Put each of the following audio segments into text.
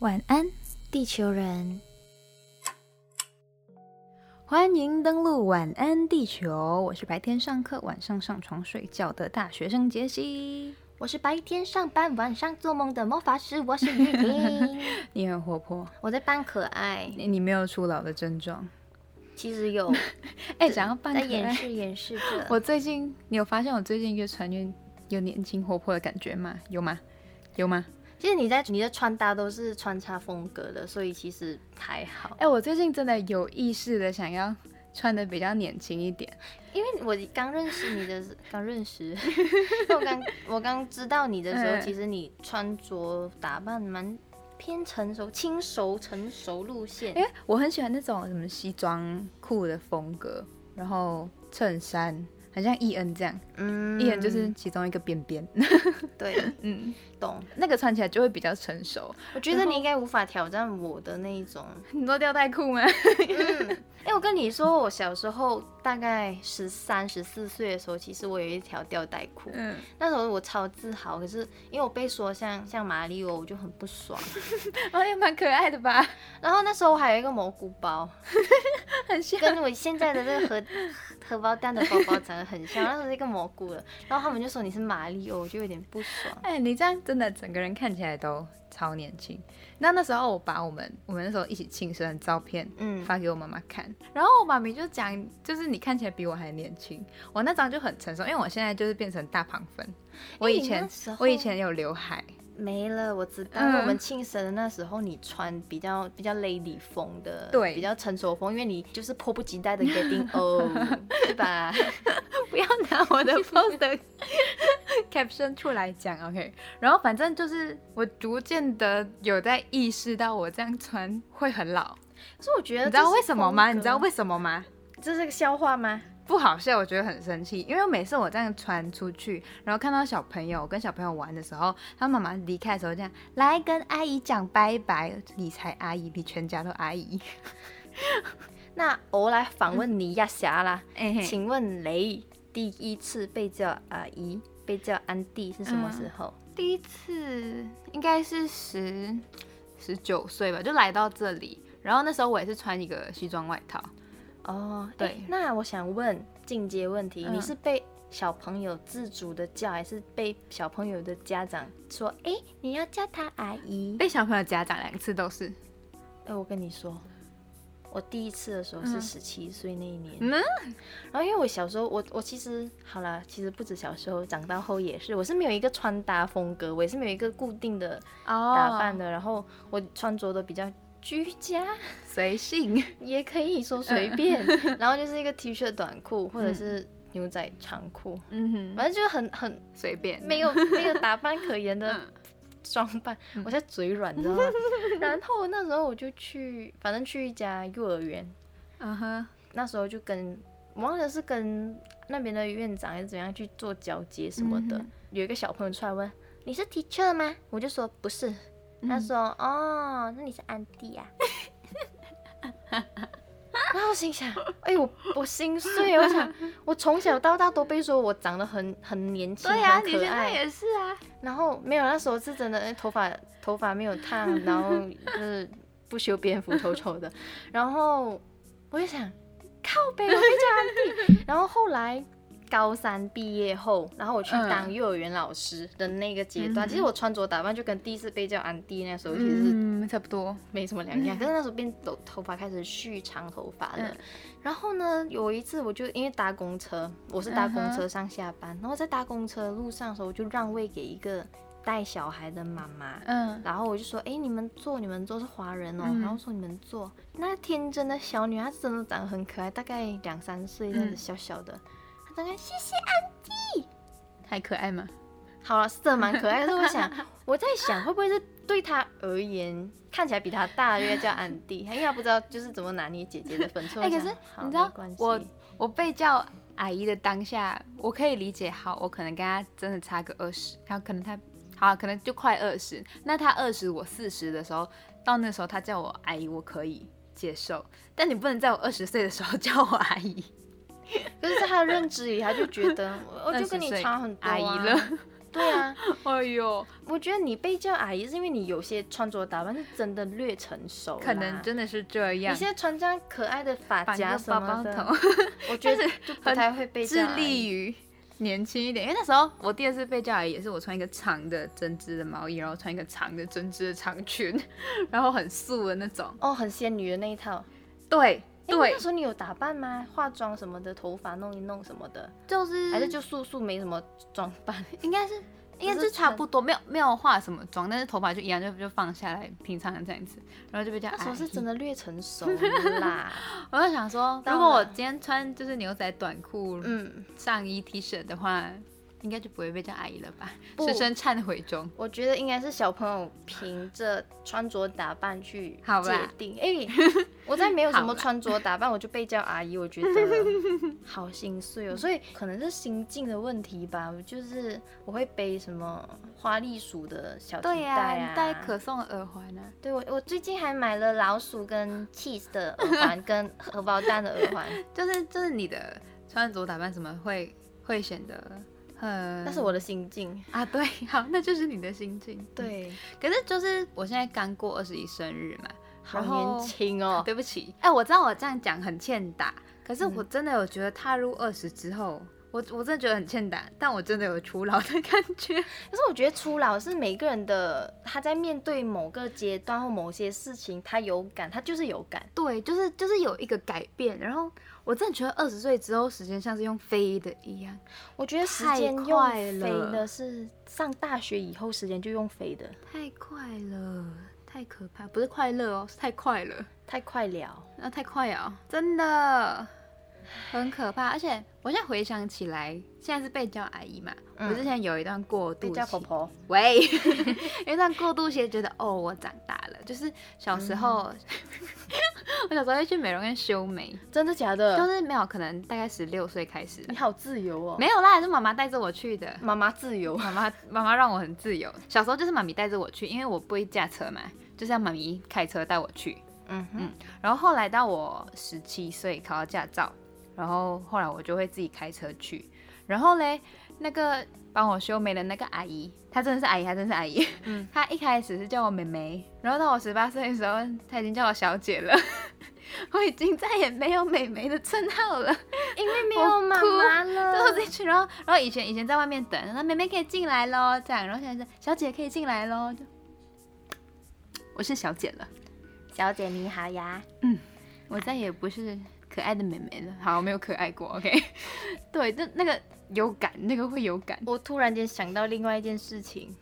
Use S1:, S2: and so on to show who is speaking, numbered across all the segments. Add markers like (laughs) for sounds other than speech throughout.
S1: 晚安，地球人。
S2: 欢迎登录晚安地球，我是白天上课、晚上上床睡觉的大学生杰西。
S1: 我是白天上班、晚上做梦的魔法师，我是雨婷。
S2: (laughs) 你很活泼，
S1: 我在扮可爱，
S2: 你你没有初老的症状。
S1: 其实有
S2: 哎，想要 (laughs) 扮
S1: 在
S2: 可
S1: 掩
S2: 爱。
S1: 饰掩饰着。
S2: 我最近，你有发现我最近越穿越有年轻活泼的感觉吗？有吗？有吗？
S1: 其实你在你的穿搭都是穿插风格的，所以其实还好
S2: 哎、。我最近真的有意识的想要穿的比较年轻一点。
S1: 因为我刚认识你的时，
S2: (laughs)
S1: 刚认识，我刚我刚知道你的时候，
S2: 嗯
S1: 其实你穿着打扮蛮偏成熟、轻熟、成熟路线。
S2: 因为我很喜欢那种什么西装裤的风格，然后衬衫，很像伊恩这样，
S1: 嗯
S2: 伊恩就是其中一个边边，
S1: 对，
S2: 嗯，
S1: 懂。
S2: 那个穿起来就会比较成熟。 (laughs)
S1: 我觉得你应该无法挑战我的那一种。
S2: 你说吊带
S1: (laughs)
S2: 裤吗？
S1: 哎、我跟你说，我小时候大概十三、十四岁的时候，其实我有一条吊带裤，
S2: 嗯，
S1: 那时候我超自豪。可是因为我被说像像马里奥，我就很不爽。
S2: 哦，也蛮可爱的吧， (laughs)
S1: 然后那时候我还有一个蘑菇包，
S2: 很像。
S1: 跟我现在的这个荷荷包蛋的包包长得很像，那时候是一个蘑菇的。然后他们就说你是马里奥，我就有点不爽。
S2: 哎、你这样真的整个人看起来都超年轻。那那时候我把我们我们那时候一起庆生的照片，
S1: 嗯
S2: 发给我妈妈看，然后我妈咪就讲，就是你看起来比我还年轻。我那张就很成熟，因为我现在就是变成大胖粉。我以
S1: 哎你
S2: 前
S1: 那时候
S2: 我以前有刘海，
S1: 没了，我知道。
S2: 嗯
S1: 我们庆生的那时候，你穿比较比较 lady 风的，
S2: 对
S1: 比较成熟风，因为你就是迫不及待的 getting
S2: (laughs)
S1: old，对吧？
S2: 不要拿
S1: (laughs)
S2: 我的 post 的 (laughs) caption 出来讲，OK。然后反正就是我逐渐的有在意识到我这样穿会很老，
S1: 所以我觉得
S2: 你知道为什么吗？
S1: 呃这是风格
S2: 你知道为什么吗？
S1: 这是个笑话吗？
S2: 不好笑，我觉得很生气，因为每次我这样穿出去，然后看到小朋友我跟小朋友玩的时候，他妈妈离开的时候这样，来跟阿姨讲拜拜，理财阿姨，比全家都阿姨。 (laughs)
S1: 那我来访问你亚霞啦，
S2: 哎、嘿，
S1: 请问雷第一次被叫阿姨、被叫安迪是什么
S2: 嗯
S1: 时候？
S2: 第一次应该是十十九岁吧，就来到这里，然后那时候我也是穿一个西装外套，
S1: 哦，
S2: 对
S1: 诶那我想问进阶问题，
S2: 嗯
S1: 你是被小朋友自主的叫，还是被小朋友的家长说，哎、你要叫她阿姨？
S2: 被小朋友家长两次都是，
S1: 哎、我跟你说，我第一次的时候是
S2: 嗯
S1: 十七岁那一年，
S2: 嗯
S1: 然后因为我小时候，我我其实好啦，其实不止小时候，长大后也是，我是没有一个穿搭风格，我也是没有一个固定的
S2: 哦
S1: 打扮的，然后我穿着的比较居家。
S2: 随性，
S1: 也可以说随便，
S2: 嗯
S1: 然后就是一个 T 恤短裤或者是牛仔长裤，
S2: (laughs) 嗯哼，
S1: 反正就是很很
S2: 随便，
S1: 没有没有打扮可言的
S2: 嗯
S1: 装扮，我现在嘴软，你知道吗？ (laughs) 然后那时候我就去，反正去一家幼儿园，
S2: 嗯哼，
S1: 那时候就跟我忘了是跟那边的院长还是怎样去做交接什么的，
S2: 嗯
S1: 有一个小朋友出来问你是 teacher 吗？我就说不是，
S2: 嗯
S1: 他说：“哦，那你是安迪呀、
S2: (laughs)
S1: 然后我心想：“哎、我我心碎，我想我从小到大都被说我长得很很年轻，
S2: 对啊，
S1: 很
S2: 你
S1: 可
S2: 现在
S1: 爱。
S2: 也是啊，
S1: 然后没有，那时候是真的 (laughs) 哎头发头发没有烫，然后就是不修边幅，丑丑的。然后我就想靠北，我被叫安迪。然后后来。”高三毕业后，然后我去
S2: 嗯
S1: 当幼儿园老师的那个阶段，
S2: 嗯
S1: 其实我穿着打扮就跟第一次被叫安迪那时候其实是
S2: 嗯，差不多，
S1: 没什么两样。可是那时候变头头发开始蓄长头发了。
S2: 嗯
S1: 然后呢，有一次我就因为搭公车，我是搭公
S2: 嗯
S1: 车上下班，然后在搭公车路上的时候，我就让位给一个带小孩的妈妈。
S2: 嗯，
S1: 然后我就说，哎，你们坐，你们坐是华人哦。
S2: 嗯
S1: 然后说你们坐，那天真的小女孩她真的长得很可爱，大概两三岁这样子，
S2: 嗯
S1: 小小
S2: (laughs)
S1: 的。她大概谢谢啊
S2: 还可爱吗？
S1: 好了，是真的蛮可爱的。但是我
S2: (laughs)
S1: 想，我在想会不会是对他而言，看起来比他大，就该叫安迪，因为他不知道就是怎么拿捏姐姐的分寸。
S2: 哎、
S1: 我
S2: 可
S1: 想
S2: 是
S1: 好
S2: 你知道
S1: 没关系
S2: 我我被叫阿姨的当下，我可以理解，好，我可能跟她真的差个二十，然后可能她好，可能就快二十，那她二十我四十的时候，到那时候她叫我阿姨，我可以接受，但你不能在我二十岁的时候 (laughs) 叫我阿姨， (laughs)
S1: 可是在他的认知里，他就觉得我我就跟
S2: 20
S1: 你
S2: 岁
S1: 差很多、啊、
S2: 阿姨了。 (laughs)
S1: 对啊，
S2: 哎呦，
S1: 我觉得你被叫阿姨是因为你有些穿着打扮是真的略成熟啦，
S2: 可能真的是这
S1: 你
S2: 样
S1: 现。在穿这样可爱的发
S2: 绑
S1: 夹
S2: 个
S1: 什
S2: 包
S1: 么
S2: 包
S1: 的，
S2: 头，
S1: 我觉
S2: (laughs)
S1: 得就不
S2: 很
S1: 太会被叫
S2: 致
S1: 阿姨。
S2: 力于年轻一点。因为那时候我第二次被叫阿姨，也是我穿一个长的针织的毛衣，然后穿一个长的针织的长裙， (laughs) 然后很素的那种。
S1: 哦，很仙女的那一套。
S2: 对
S1: 诶
S2: 对
S1: 那，时候你有打扮吗？化妆什么的，头发弄一弄什么的，
S2: 就是
S1: 还是就素素没什么装扮？
S2: 应该是。应该
S1: 只是
S2: 是差
S1: 穿
S2: 不多，没有没有化什么妆，但是头发就一样，就就放下来，平常这样子，然后就被叫
S1: 那时
S2: 阿
S1: 候
S2: 姨。
S1: 是真的略成熟了 (laughs) 啦。
S2: 我就想说，
S1: 当
S2: 如果我
S1: 然
S2: 今天穿就是牛仔短裤、
S1: 嗯，
S2: 上衣、T 恤的话，应该就不会被叫阿姨了吧？
S1: 不
S2: 深深忏悔中。
S1: 我觉得应该是小朋友凭着穿着打扮去
S2: 好吧
S1: 界定。
S2: (laughs)
S1: 哎、我在没有什
S2: 好
S1: 么
S2: 吧
S1: 穿着打扮，我就被叫阿姨，我觉得好心碎哦。所以可能是心境的问题吧，我就是我会背什么花栗鼠的小提
S2: 对呀、
S1: 带
S2: 你戴可颂的耳环啊，
S1: 对我，我最近还买了老鼠跟 cheese 的耳
S2: (laughs)
S1: 环，跟荷包蛋的耳环。
S2: 就是就是你的穿着打扮什么会会显得很，
S1: 那是我的心境。
S2: 啊，对， (laughs) 好，那就是你的心境。，
S1: 对，
S2: 可是就是我现在刚过二十一生日嘛，
S1: 好
S2: 然后
S1: 年轻哦。
S2: 对不起，嗯哎、我知道我这样讲很欠打，可是我真的有觉得踏入二十之后，我我真的觉得很欠打，但我真的有初老的感觉。 (laughs)
S1: 可是我觉得初老是每个人的，他在面对某个阶段或某些事情，他有感，他就是有感。
S2: 对，就是就是有一个改变，然后我真的觉得二十岁之后时间像是用飞的一样，
S1: 我觉得时间
S2: 太
S1: 用
S2: 快
S1: 飞
S2: 了
S1: 的是上大学以后时间就用飞的，
S2: 太快了，太可怕，不是快乐哦，是太快了。
S1: 太快了。
S2: 那太快了哦，真的很可怕。而且我现在回想起来，现在是被叫阿姨嘛，
S1: 嗯
S2: 我之前有一段过渡
S1: 被
S2: 期，
S1: 叫婆婆，
S2: 喂， (laughs) 有一段过渡期，觉得哦，我长大了。就是小时候，
S1: 嗯
S2: (laughs) 我小时候会去美容院修眉，
S1: 真的假 (laughs)
S2: 就
S1: 的？
S2: 是没有，可能大概十六岁开始，
S1: 你好自由哦，
S2: 没有啦，是妈妈带着我去的。
S1: 妈妈自由。哦
S2: 妈妈妈妈让我很自由，小时候就是妈咪带着我去，因为我不会驾车嘛，就是要妈咪开车带我去。
S1: 嗯哼，
S2: 然后后来到我十七岁考到驾照，然后后来我就会自己开车去。然后嘞，那个帮我修眉的那个阿姨，她真的是阿姨，她真的是阿姨。
S1: 嗯
S2: (laughs) 她一开始是叫我妹妹，然后到我十八岁的时候，她已经叫我小姐了。 (laughs) 我已经再也没有妹妹的称号了，
S1: (laughs) 因为没
S2: 我
S1: 有妈
S2: 哭
S1: (laughs) 妈了
S2: 都。是去，然后然后以前以前在外面等，那妹妹可以进来咯，这样，然后现在是小姐可以进来咯，就我是小姐了。
S1: 小姐你好呀，
S2: 我再也不是可爱的妹妹了。好，没有可爱过。OK，对，那那个有感，那个会有感。
S1: 我突然间想到另外一件事情，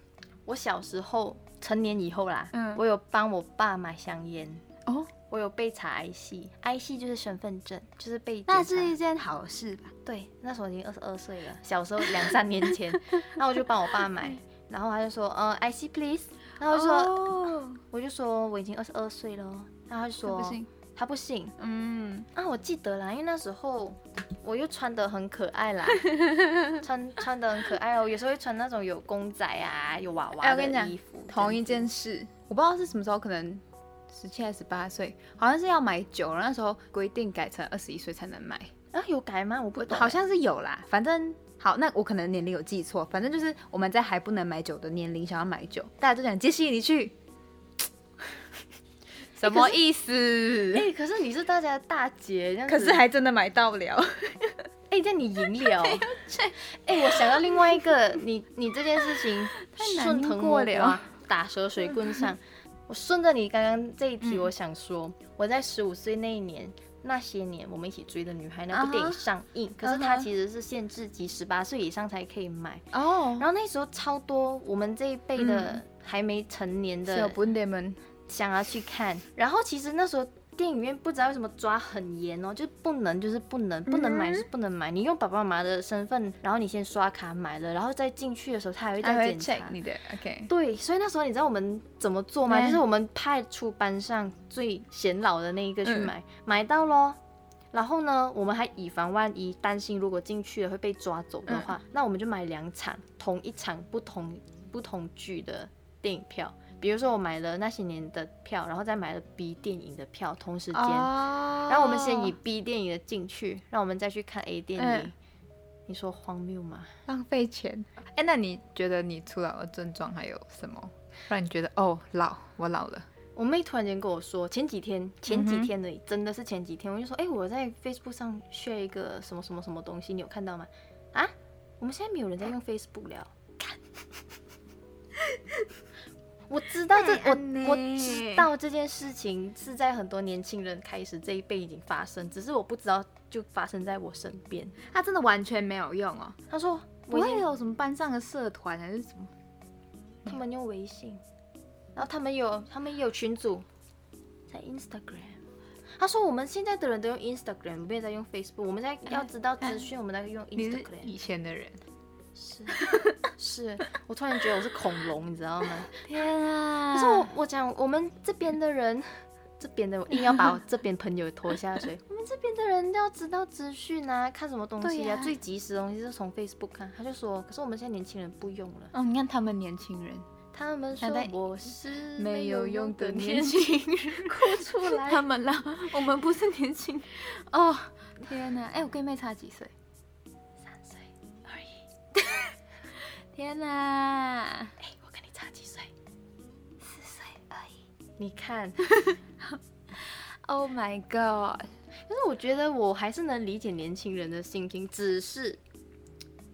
S1: 我小时候成年以后啦，
S2: 嗯
S1: 我有帮我爸买香烟。
S2: 哦，
S1: 我有被查 IC，IC 就是身份证，就是被
S2: 那
S1: 检查
S2: 是一件好事吧？
S1: 对，那时候已经二十二岁了，小时候两三年前， (laughs) 那我就帮我爸买，然后他就说呃 IC please，然后我就说、
S2: 哦，
S1: 我就说我已经二十二岁了哦，然后他就
S2: 这
S1: 说
S2: 不行。
S1: 他不信
S2: 嗯，
S1: 啊，我记得啦，因为那时候我又穿的很可爱
S2: (laughs)
S1: 啦，穿穿的很可爱哦，有时候会穿那种有公仔啊、有娃娃
S2: 哎我跟你
S1: 的
S2: 讲
S1: 衣服，
S2: 同一件事，我不知道是什么时候，可能十七还是十八岁，好像是要买酒，然后那时候规定改成二十一岁才能买，
S1: 啊有改吗？我不懂欸，
S2: 好像是有啦。反正好，那我可能年龄有记错，反正就是我们在还不能买酒的年龄想要买酒，大家就想接吸引你去。 (laughs) 什么意思？
S1: 哎、可是你是大家的大姐，这样
S2: (laughs) 可是
S1: 子
S2: 还真的买到了，
S1: 哎、这样你赢
S2: (laughs) 啊
S1: 了。哎、我想到另外一个，你你这件事情
S2: 难
S1: 顺藤摸
S2: 过了
S1: 瓜，打蛇随棍上。我顺着你刚刚这一
S2: 嗯
S1: 题，我想说，我在十五岁那一年。那些年我们一起追的女孩那
S2: 啊哈
S1: 部电影上映可是它
S2: 啊哈
S1: 其实是限制级十八岁以上才可以买。
S2: (laughs) 哦，
S1: 然后那时候超多我们这一辈的
S2: 嗯
S1: 还没成年
S2: 小
S1: 的
S2: 本弟们，
S1: 想要去看。然后其实那时候电影院不知道为什么抓很严哦，就不能就是不能，
S2: 嗯
S1: 不能买就是不能买。你用爸爸妈妈的身份，然后你先刷卡买了，然后再进去的时候，他还会
S2: 他
S1: 再
S2: 会
S1: 检
S2: check
S1: 查。
S2: 你的，OK，
S1: 对，所以那时候你知道我们怎么做吗？
S2: 对
S1: 就是我们派出班上最显老的那一
S2: 嗯
S1: 个去买，买到咯。然后呢，我们还以防万一，担心如果进去了会被抓走的话，
S2: 嗯
S1: 那我们就买两场，同一场不同不同剧的电影票。比如说我买了那些年的票，然后再买了 B 电影的票，同时间，
S2: 哦
S1: 然后我们先以 B 电影的进去，让我们再去看 A 电影。
S2: 嗯
S1: 你说荒谬吗？
S2: 浪费钱。哎、那你觉得你初老的症状还有什么让你觉得哦老我老了？
S1: 我妹突然间跟我说，前几天前几
S2: 嗯哼
S1: 天而已，真的是前几天，我就说，哎、我在 Facebook 上 share 一个什么什么什么东西，你有看到吗？啊，我们现在没有人在用 Facebook 了，看， (laughs) 我知道这
S2: 哎
S1: 我
S2: 安呢
S1: 我知道这件事情是在很多年轻人开始这一辈已经发生，只是我不知道就发生在我身边。
S2: 他啊真的完全没有用哦。
S1: 她说，
S2: 不
S1: 我已
S2: 会
S1: 经
S2: 有什么班上的社团还是什么？
S1: 他们用微信，然后他们有他们也有群组，在 Instagram。他说我们现在的人都用 Instagram，没有在用 Facebook。我们在要知道资讯，我们在用
S2: 你是
S1: Instagram。
S2: 以前的人。
S1: 是是，我突然觉得我是恐龙，你知 (laughs) 道吗？
S2: 天啊
S1: 可是我我讲我们这边的人， (laughs) 这边的我硬要把我这边朋友拖下 (laughs) 水。我们这边的人要知道资讯啊，看什么东西
S2: 对
S1: 啊，
S2: 呀
S1: 最及时的东西是从 Facebook 看。他就说，可是我们现在年轻人不用了。
S2: 哦，你看他们年轻人
S1: 他们说
S2: 他在
S1: 我是
S2: 没有用
S1: 用的
S2: 的年
S1: 年
S2: 轻
S1: 轻
S2: 人，
S1: 哭出
S2: (laughs) 他们老，我们不是年轻人哦。天哪、哎、我跟你妹差几岁？
S1: 三岁而已。
S2: 天哪、
S1: 哎、我跟你差几岁？
S2: 四岁而已。
S1: 你看，
S2: Oh my god！
S1: 但是我觉得我还是能理解年轻人的心情，只是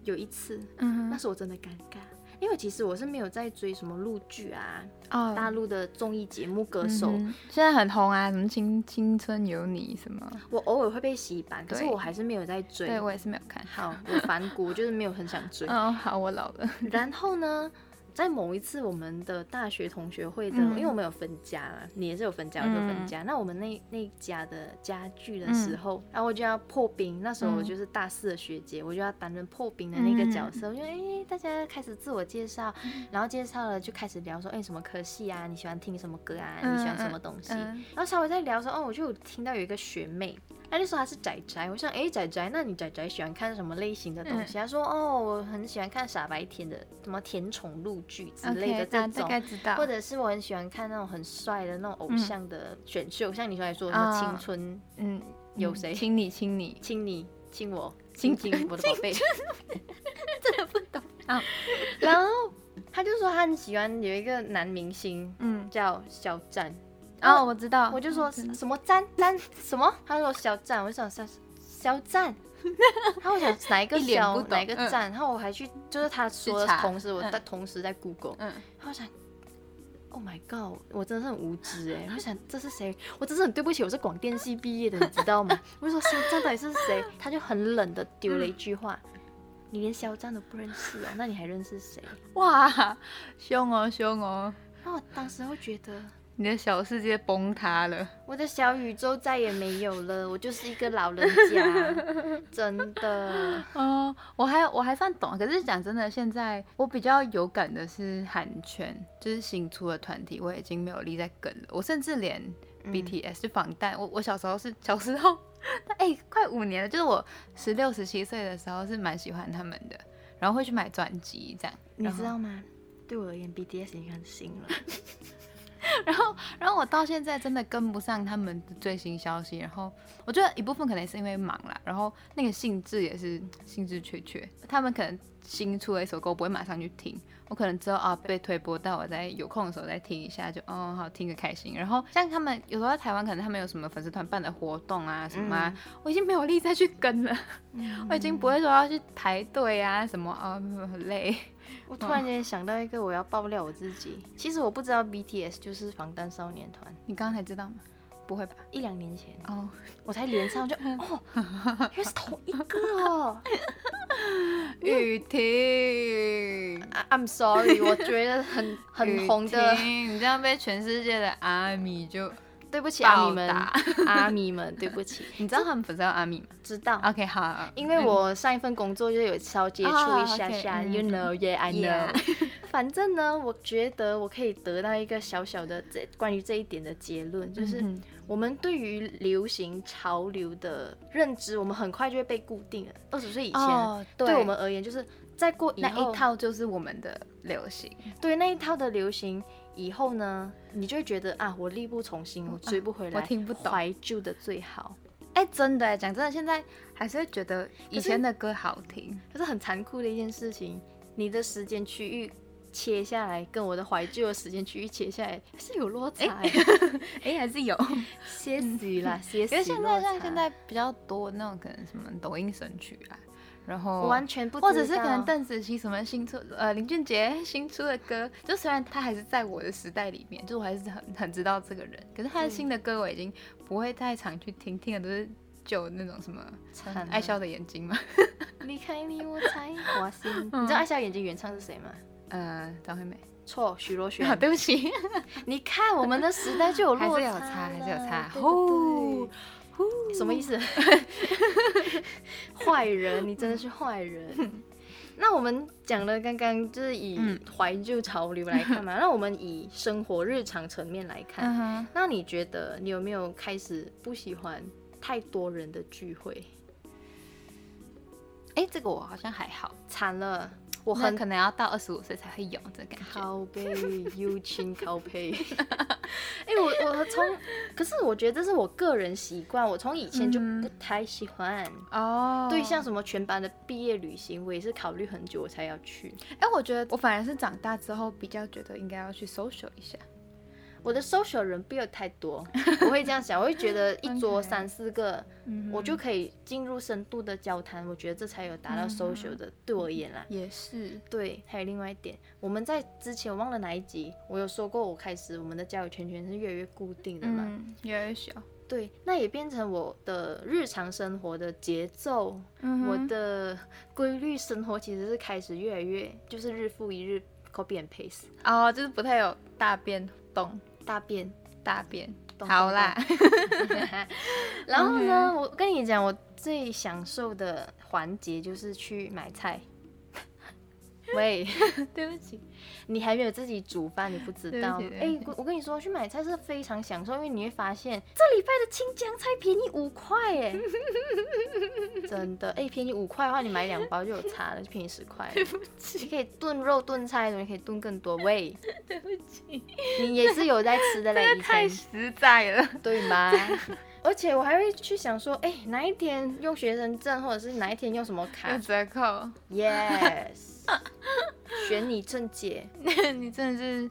S1: 有一次，
S2: 嗯
S1: 那时候我真的尴尬。因为其实我是没有在追什么陆剧啊，
S2: 哦
S1: 大陆的综艺节目、歌手，
S2: 嗯哼现在很红啊，什么青青春有你什么？
S1: 我偶尔会被洗版，可是
S2: 对
S1: 我还是没有在追。
S2: 对我也是没有看。
S1: 好，我反骨，我就是没有很想追。
S2: 哦，好，我老了。 (laughs)
S1: 然后呢，在某一次我们的大学同学会的，
S2: 嗯
S1: 因为我们有分家嘛，你也是有分家，我
S2: 嗯嗯
S1: 就分家。那我们那那一家的家具的时候，然后我就要破冰。那时候我就是大四的学姐，我就要担任破冰的那个角
S2: 嗯
S1: 色。我就哎、大家开始自我介绍，然后介绍了就开始聊说，哎、什么科系啊？你喜欢听什么歌啊？
S2: 嗯
S1: 你喜欢什么东西？
S2: 嗯嗯
S1: 然后稍微在聊说，哦，我就有听到有一个学妹，她就说她是仔仔，我想，哎，仔仔，那你仔仔喜欢看什么类型的东
S2: 嗯
S1: 西？她说，哦，我很喜欢看傻白甜的，什么甜宠陆剧之类的
S2: OK，大
S1: 这
S2: 家大
S1: 种。
S2: 概知道。嗯
S1: 或者是我很喜欢看那种很帅的那种偶像的选秀，像你刚才说什
S2: 啊
S1: 么青春、
S2: 嗯，
S1: 有谁
S2: 亲你亲你
S1: 亲你、亲我、
S2: 亲
S1: 亲亲我的宝贝， (laughs)
S2: 啊？
S1: 然后他就说他很喜欢有一个男明星
S2: 嗯，
S1: 叫肖战，然
S2: 哦，
S1: 后
S2: 我知道，
S1: 我就说
S2: 知道
S1: 什么詹詹什么？他说肖战，我就想肖肖
S2: (laughs)
S1: 战，然后我想哪一个
S2: 一脸
S1: 肖
S2: 不懂
S1: 哪一个
S2: 嗯
S1: 战，然后我还去就是他说的
S2: 去查
S1: 同时我
S2: 嗯
S1: 在同时在 Google，
S2: 嗯，
S1: 然后我想。Oh my god！我真的是很无知哎，我想这是谁？我真是很对不起，我是广电系毕业的，你知道吗？ (laughs) 我就说肖战到底是谁？他就很冷的丢了一句话：“
S2: 嗯
S1: 你连肖战都不认识哦，那你还认识谁
S2: 哇，凶哦凶哦，？”
S1: 然后我当时会觉得，
S2: 你的小世界崩塌了。
S1: 我的小宇宙再也没有了，我就是一个老人家，真 (laughs) 的。
S2: 哦，我还我还算懂，可是讲真的，现在我比较有感的是韩圈，就是新出的团体，我已经没有力在跟了。我甚至连
S1: 嗯
S2: BTS、就防弹，我我小时候是 (laughs) 小时候，哎、快五年了，就是我十六十七岁的时候是蛮喜欢他们的，然后会去买专辑这样。
S1: 你
S2: 然后
S1: 知道吗？对我而言，BTS 已经很新了。
S2: 然后，然后我到现在真的跟不上他们的最新消息。然后，我觉得一部分可能也是因为忙啦，然后那个兴致也是兴致缺缺。他们可能新出了一首歌，我不会马上去听，我可能之后啊被推播到，我在有空的时候再听一下，就哦好听个开心。然后像他们有时候在台湾，可能他们有什么粉丝团办的活动啊什么啊，我已经没有力再去跟了，
S1: 嗯
S2: 我已经不会说要去排队啊什么啊，很累。 (laughs)
S1: 我突然间想到一个，我要爆料我自己。其实我不知道 BTS 就是防弹少年团。
S2: 你刚才知道吗？不会吧？
S1: 一两年前，
S2: 哦，
S1: 我才连 (laughs) 上就哦，原来是同一个哦。
S2: 雨婷。
S1: I- I'm sorry，我觉得很很红的
S2: 雨，婷，你这样被全世界的阿米就，
S1: 对不起阿米们
S2: 暴，
S1: 阿米们，对不 (laughs) 起，
S2: 你知道他们粉丝叫阿米吗
S1: 知道。
S2: ？OK，好好，好
S1: 因为我上一份工作就有稍接触一下下、
S2: 嗯哦，OK，嗯
S1: y o u know, yeah, I know
S2: Yeah。
S1: (laughs) 反正呢，我觉得我可以得到一个小小的这关于这一点的结论，就是
S2: 嗯
S1: 我们对于流行潮流的认知，我们很快就会被固定了。二十岁以前，
S2: 哦
S1: 对
S2: 对
S1: 我们而言，就是再过以
S2: 那
S1: 后，
S2: 一套就是我们的流行，
S1: 对那一套的流行以后呢，你就会觉得啊，我力不从心，我追不回来，
S2: 嗯我听不懂
S1: 怀旧的最好。
S2: 哎、真的哎，讲真的，现在还是会觉得以
S1: 可是
S2: 前的歌好听。 (laughs)
S1: 可是很残酷的一件事情，你的时间区域切下来，跟我的怀旧的时间区域切下来是有落差、欸， (laughs)
S2: 哎、还是有， (laughs)
S1: 些许啦，些许
S2: 因
S1: 落差。
S2: 为现在像现在比较多那种可能什么抖音神曲啊，然后
S1: 我完全不知道，
S2: 或者是可能邓紫棋什么新出呃林俊杰新出的歌，就虽然他还是在我的时代里面，就我还是很很知道这个人，可是他的
S1: 嗯
S2: 新的歌我已经不会太常去听，听的都是旧那种什么
S1: 惨
S2: 呃
S1: 了
S2: 爱笑的眼睛嘛，
S1: 离开你我才花心。你知道《爱笑眼睛》原唱是谁吗？
S2: (laughs) 呃张惠妹，
S1: 错，许若瑄
S2: (laughs) 啊。对不起，
S1: 你看我们的时代
S2: (laughs)
S1: 就有
S2: 还
S1: 落
S2: 是有
S1: 了
S2: 差，还是有差，
S1: 对
S2: 呼
S1: 对对什么
S2: (laughs)
S1: 意思？坏人，你真的是坏
S2: (laughs)
S1: 人。那我们讲了刚刚就是以
S2: 嗯
S1: 怀旧潮流来看嘛，那我们以生活日常层面来看，
S2: 嗯 (laughs) 哼，
S1: 那你觉得你有没有开始不喜欢太多人的聚会？
S2: 哎这个我好像还好，
S1: 惨了，我
S2: 我很
S1: 很
S2: 可能要到二十五岁才会有这感觉，
S1: 靠背，友情靠背。 (laughs) 哎、我我从，可是我觉得这是我个人习惯，我从以前就
S2: 嗯
S1: 不太喜欢。
S2: 哦
S1: 对，像什么全班的毕业旅行，我也是考虑很久我才要去。
S2: 哎，我觉得我反而是长大之后比较觉得应该要去 social 一下。
S1: 我的 social 人不要太多，我会这样想，我会觉得
S2: (laughs)
S1: 一桌
S2: OK
S1: 三四个，
S2: 嗯
S1: 我就可以进入深度的交谈，我觉得这才有达到
S2: 嗯
S1: social 的，对我而言啦。
S2: 也是，
S1: 对，还有另外一点，我们在之前我忘了哪一集，我有说过，我开始我们的交友圈圈是越来越固定的嘛。
S2: 嗯，越来越小。
S1: 对，那也变成我的日常生活的节奏，
S2: 嗯
S1: 我的规律生活其实是开始越来越，就是日复一日 copy and paste，
S2: 哦，就是不太有大便动
S1: 大变。
S2: 大便。
S1: 懂
S2: 好啦，
S1: 然后呢，我跟你讲，我最享受的环节就是去买菜。 (laughs) 喂，
S2: (laughs) 对不起，
S1: 你还没有自己煮饭，你不知道吗
S2: 对不？起
S1: 哎
S2: 对、不起
S1: 我我跟你说，去买菜是非常享受，因为你会发
S2: (laughs)
S1: 现这礼拜的青江菜便宜五块哎，真的哎、便宜五块的话，你买两包就有差了，就便宜十块了。
S2: 对不
S1: 你
S2: 起，
S1: 可以炖肉、炖菜，你可以炖更多。喂，
S2: 对不起，
S1: 你也是有在吃的嘞，
S2: 这
S1: 医
S2: 个 (laughs) 太
S1: 生，
S2: 实在了。
S1: 对吗？而且我还会去想说，哎、哪一天用学生证，或者是哪一天用什么
S2: 有 (laughs)
S1: 卡
S2: 折扣，
S1: ？Yes，选你正解。
S2: 你真的是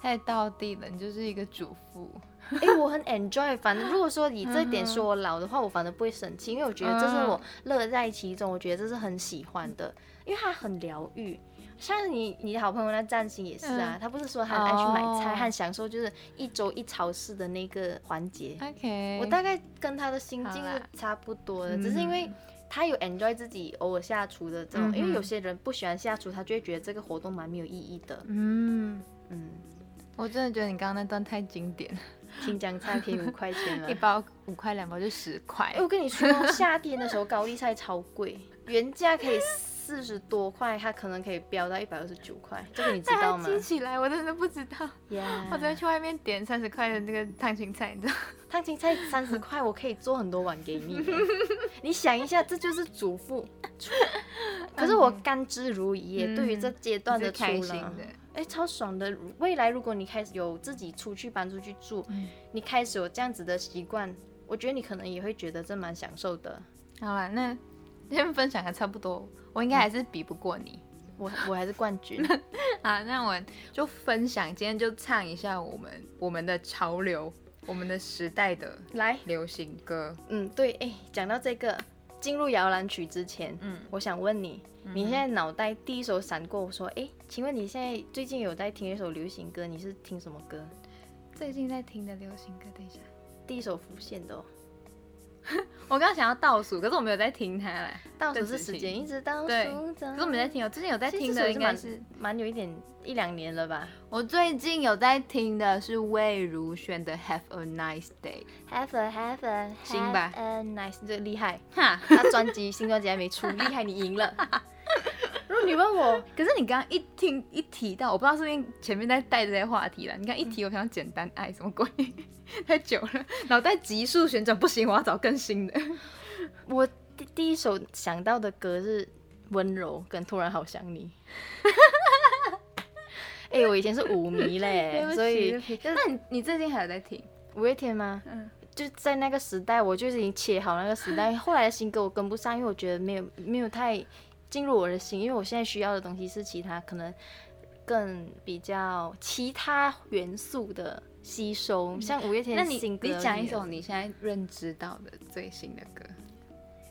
S2: 太到地了，你就是一个主妇。
S1: 哎、我很 enjoy。反正如果说以这点
S2: 嗯
S1: 说我老的话，我反而不会生气，因为我觉得这是我乐在其中，我觉得这是很喜欢的，因为它很疗愈。像你你的好朋友那占星也是啊，
S2: 嗯
S1: 他不是说他很爱去买菜，
S2: 哦
S1: 他很享受就是一周一超市的那个环节。
S2: OK，
S1: 我大概跟他的心境
S2: 哎好啦
S1: 是差不多的，
S2: 嗯
S1: 只是因为他有 enjoy 自己偶尔下厨的这种，
S2: 嗯哼
S1: 因为有些人不喜欢下厨，他就会觉得这个活动蛮没有意义的。
S2: 嗯，
S1: 嗯，
S2: 我真的觉得你刚刚那段太经典了，
S1: 新疆菜便宜五块钱啊了
S2: (laughs) 一。包五块，两包就十块
S1: 哎、。我跟你说，夏天的时候高丽菜超贵，原价可以四十多块，它可能可以飙到一百二十九块，这个你知
S2: 大
S1: 道
S2: 家
S1: 吗
S2: 记起来，我真的不知道。
S1: 呀，
S2: 我昨天去外面点三十块的那个烫青菜，你知道吗？
S1: 烫青菜三十块，我可以做很多碗给你。 (laughs) 你想一下，这就是主妇。可是我甘之如饴耶，
S2: 嗯
S1: 对于这阶段
S2: 你
S1: 的
S2: 是
S1: 出
S2: 开
S1: 来
S2: 心的，
S1: 哎，超爽的。未来如果你开始有自己出去搬出去住，
S2: 嗯
S1: 你开始有这样子的习惯，我觉得你可能也会觉得这蛮享受的。
S2: 好了，那 (laughs) 先分享的差不多，我应该还是比不过 (laughs) 你。
S1: 我我还是冠
S2: (laughs)
S1: 军，
S2: 啊，那我就分享，今天就唱一下我们我们的潮流，我们的时代的
S1: 来。
S2: 流行歌。
S1: 嗯，对，哎，讲到这个，进入摇篮曲之前，
S2: 嗯
S1: 我想问你，你现在脑袋第一首闪过，我说，哎，请问你现在最近有在听一首流行歌？你是听什么歌？
S2: 最近在听的流行歌，等一下，
S1: 第一首浮现的哦，
S2: 我刚刚想要倒数，可是我没有在听它啦。
S1: 倒数
S2: 邓
S1: 是
S2: 紫
S1: 时
S2: 棋
S1: 间一直倒
S2: 对
S1: 数着。
S2: 可是我没在听，我最近有在
S1: 其实
S2: 听
S1: 这首
S2: 的
S1: 也
S2: 应
S1: 蛮
S2: 该是，
S1: 蛮有一点一两年了吧
S2: 我最近有在听的是魏如萱的《Have a Nice Day》。
S1: ？Have a have a
S2: 行吧
S1: have a nice，这厉害。
S2: 哈，
S1: 他专辑新专辑还没 (laughs) 出，厉害，你赢了。如果你问我，
S2: 可是你刚刚一听一提到，我不知道是不是前面在带这些话题了。你刚一提，我想要简单爱什么鬼？ (laughs) 太久了，脑袋急速旋转，不行，我要找更新的。
S1: 我第第一首想到的歌是《温柔》跟《突然好想你》。 (laughs) 哎、我以前是舞迷嘞
S2: (laughs) (laughs) 对不，起
S1: 所以
S2: 对不起那你你最近还有在听？
S1: 五月天吗？
S2: 嗯，
S1: 就在那个时代，我就已经切好那个时代。后来的新歌我跟不上，因为我觉得没有没有太进入我的心，因为我现在需要的东西是其他可能更比较其他元素的吸收，像五月天
S2: 嗯那
S1: 的
S2: 你
S1: 新歌
S2: 你
S1: 里
S2: 讲一
S1: 面
S2: 首你现在认知到的最新的歌，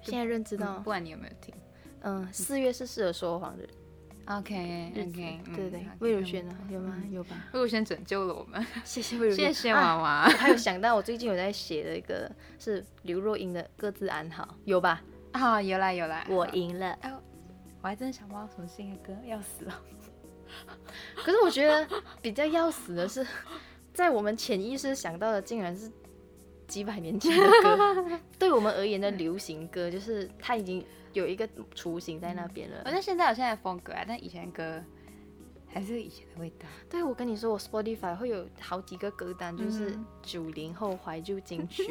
S1: 现在认知
S2: 嗯
S1: 到
S2: 不，管你有没有听。
S1: 嗯，四月是适合说谎的
S2: OK
S1: 日
S2: OK，
S1: 子，对对对
S2: 嗯，
S1: 魏如萱呢？
S2: 嗯
S1: 有吗？有吧？
S2: 魏如萱拯救了我们，
S1: 谢谢魏如
S2: (laughs) 谢
S1: 萱，
S2: 谢
S1: 啊
S2: 娃娃。
S1: 我还有想到，我最近有在写的一个是刘若英的《各自安好》，有吧？
S2: (laughs) 啊、有啦有啦， (laughs)
S1: 我
S2: 好
S1: 赢了。
S2: 我还真想不到什么新的歌，要死了。
S1: 可是我觉得比较要死的是，在我们潜意识想到的竟然是几百年前的歌，
S2: (laughs)
S1: 对我们而言的流行歌，就是它已经有一个雏形在那边
S2: (laughs)
S1: 了。
S2: 反正现在有现在的风格啊，但以前的歌还是以前的味道。
S1: 对，我跟你说，我 Spotify 会有好几个歌单，就是
S2: 嗯
S1: 九零后怀旧金曲。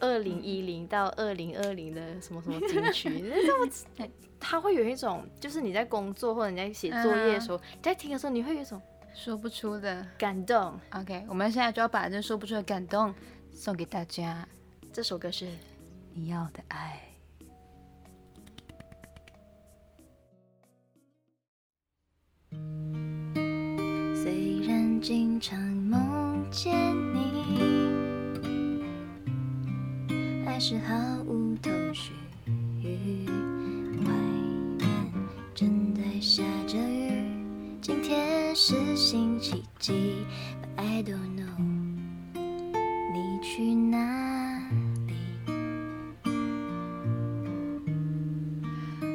S1: 二零一零到二零二零的什么什么金曲，你知道我它会有一种，就是你在工作或者你在写作业的时候，你在听的时候，你会有一种
S2: 说不出的。
S1: 感动。
S2: OK，我们现在就要把这说不出的感动送给大家。
S1: 这首歌是
S2: 你要的爱。
S1: 虽然经常梦见你，还是毫无头绪。
S3: 外面正在下着雨，今天是星期几？But I don't know，你去哪里？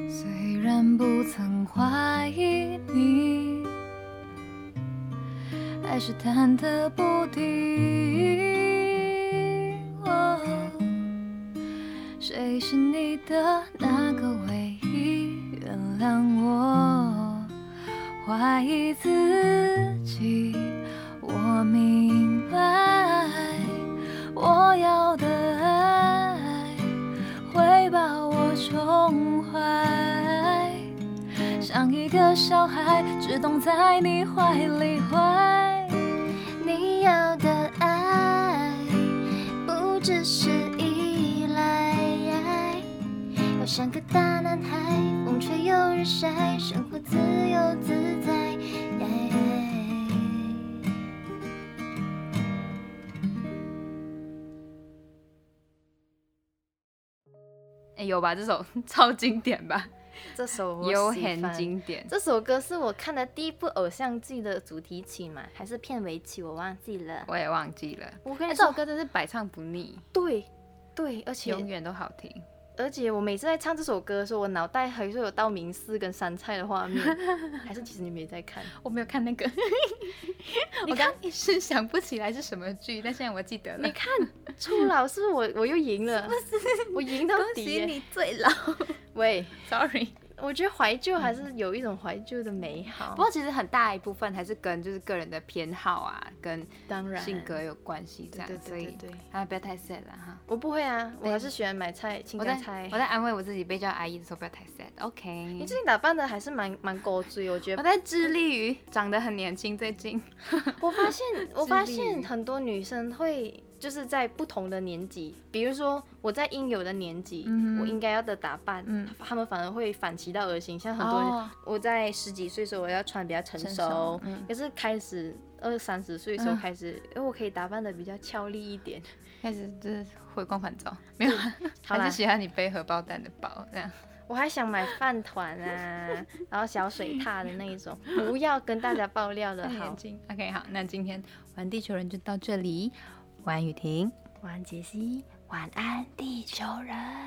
S2: 虽然不曾怀疑你，还是忐忑不定。哦谁是你的那个唯一？原谅我怀疑自己，我明白我要的爱。会把我宠坏，像一个小孩，只懂在你怀里坏。
S3: 你要的爱不只是依赖，要像个大男孩，风吹又日晒，生活自由自在。
S2: 哎，有吧？这首超经典吧？
S1: 这首我
S2: 有
S1: 喜
S2: 很
S1: 欢。
S2: 经典。
S1: 这首歌是我看的第一部偶像剧的主题曲嘛，还是片尾曲？我忘记了。
S2: 我也忘记了。
S1: 我跟
S2: 哎，
S1: 你
S2: 这首
S1: 说，
S2: 歌真是百唱不腻，
S1: 对对，而且
S2: 永远都好听。
S1: 而且我每次在唱这首歌的时候，我脑袋还是有道明寺跟山菜的画面， (laughs) 还是其实你没在看？
S2: 我没有看 (laughs) 那个，我刚一时想不起来是什么剧，但现在我记得了
S1: 你。看，初老是不是我 (laughs) 我又赢了？我赢到
S2: 恭
S1: 底
S2: 喜
S1: 耶！
S2: 你最老
S1: 喂，
S2: (laughs) ，Sorry。
S1: 我觉得怀旧还是有一种怀旧的美好。
S2: 嗯不过其实很大一部分还是跟就是个人的偏好啊，跟
S1: 当然，
S2: 性格有关系，这样，
S1: 对对
S2: 所
S1: 对
S2: 以
S1: 对对
S2: 啊，不要太 sad 了哈。
S1: 我不会啊，我
S2: 对
S1: 还是喜欢买菜、青
S2: 我
S1: 椒
S2: 在
S1: 菜
S2: 我。在安慰我自己被叫阿姨的时候不要太 sad。OK，
S1: 你 (laughs) 最近打扮的还是蛮蛮高追，我觉
S2: 我
S1: 得。
S2: 在致力于长得很年轻，最近
S1: (laughs) 我发现，
S2: (laughs)
S1: 我发现
S2: 力
S1: 很多女生会就是在不同的年纪，比如说我在应有的年纪，
S2: 嗯哼
S1: 我应该要的打扮，
S2: 嗯
S1: 她们反而会反其道而行。像很多人，
S2: 哦
S1: 我在十几岁的时候我要穿比较成熟，
S2: 成熟嗯
S1: 可是开始二三十岁的时候
S2: 嗯
S1: 开始，因为我可以打扮的比较俏丽一点。 (laughs)
S2: 开始就是回光返照，没有 (laughs) 啊，
S1: 好啦
S2: 还是喜欢你背荷包蛋的
S1: (laughs)
S2: 包这样。
S1: 我还想买饭团
S2: (laughs)
S1: 啊，然后小水獭的那一种，不要跟大家爆料了，
S2: 太
S1: 好
S2: 年。轻。OK，好，那今天玩地球人就到这里，晚安雨婷。
S3: 晚安，杰西，晚安，地球人。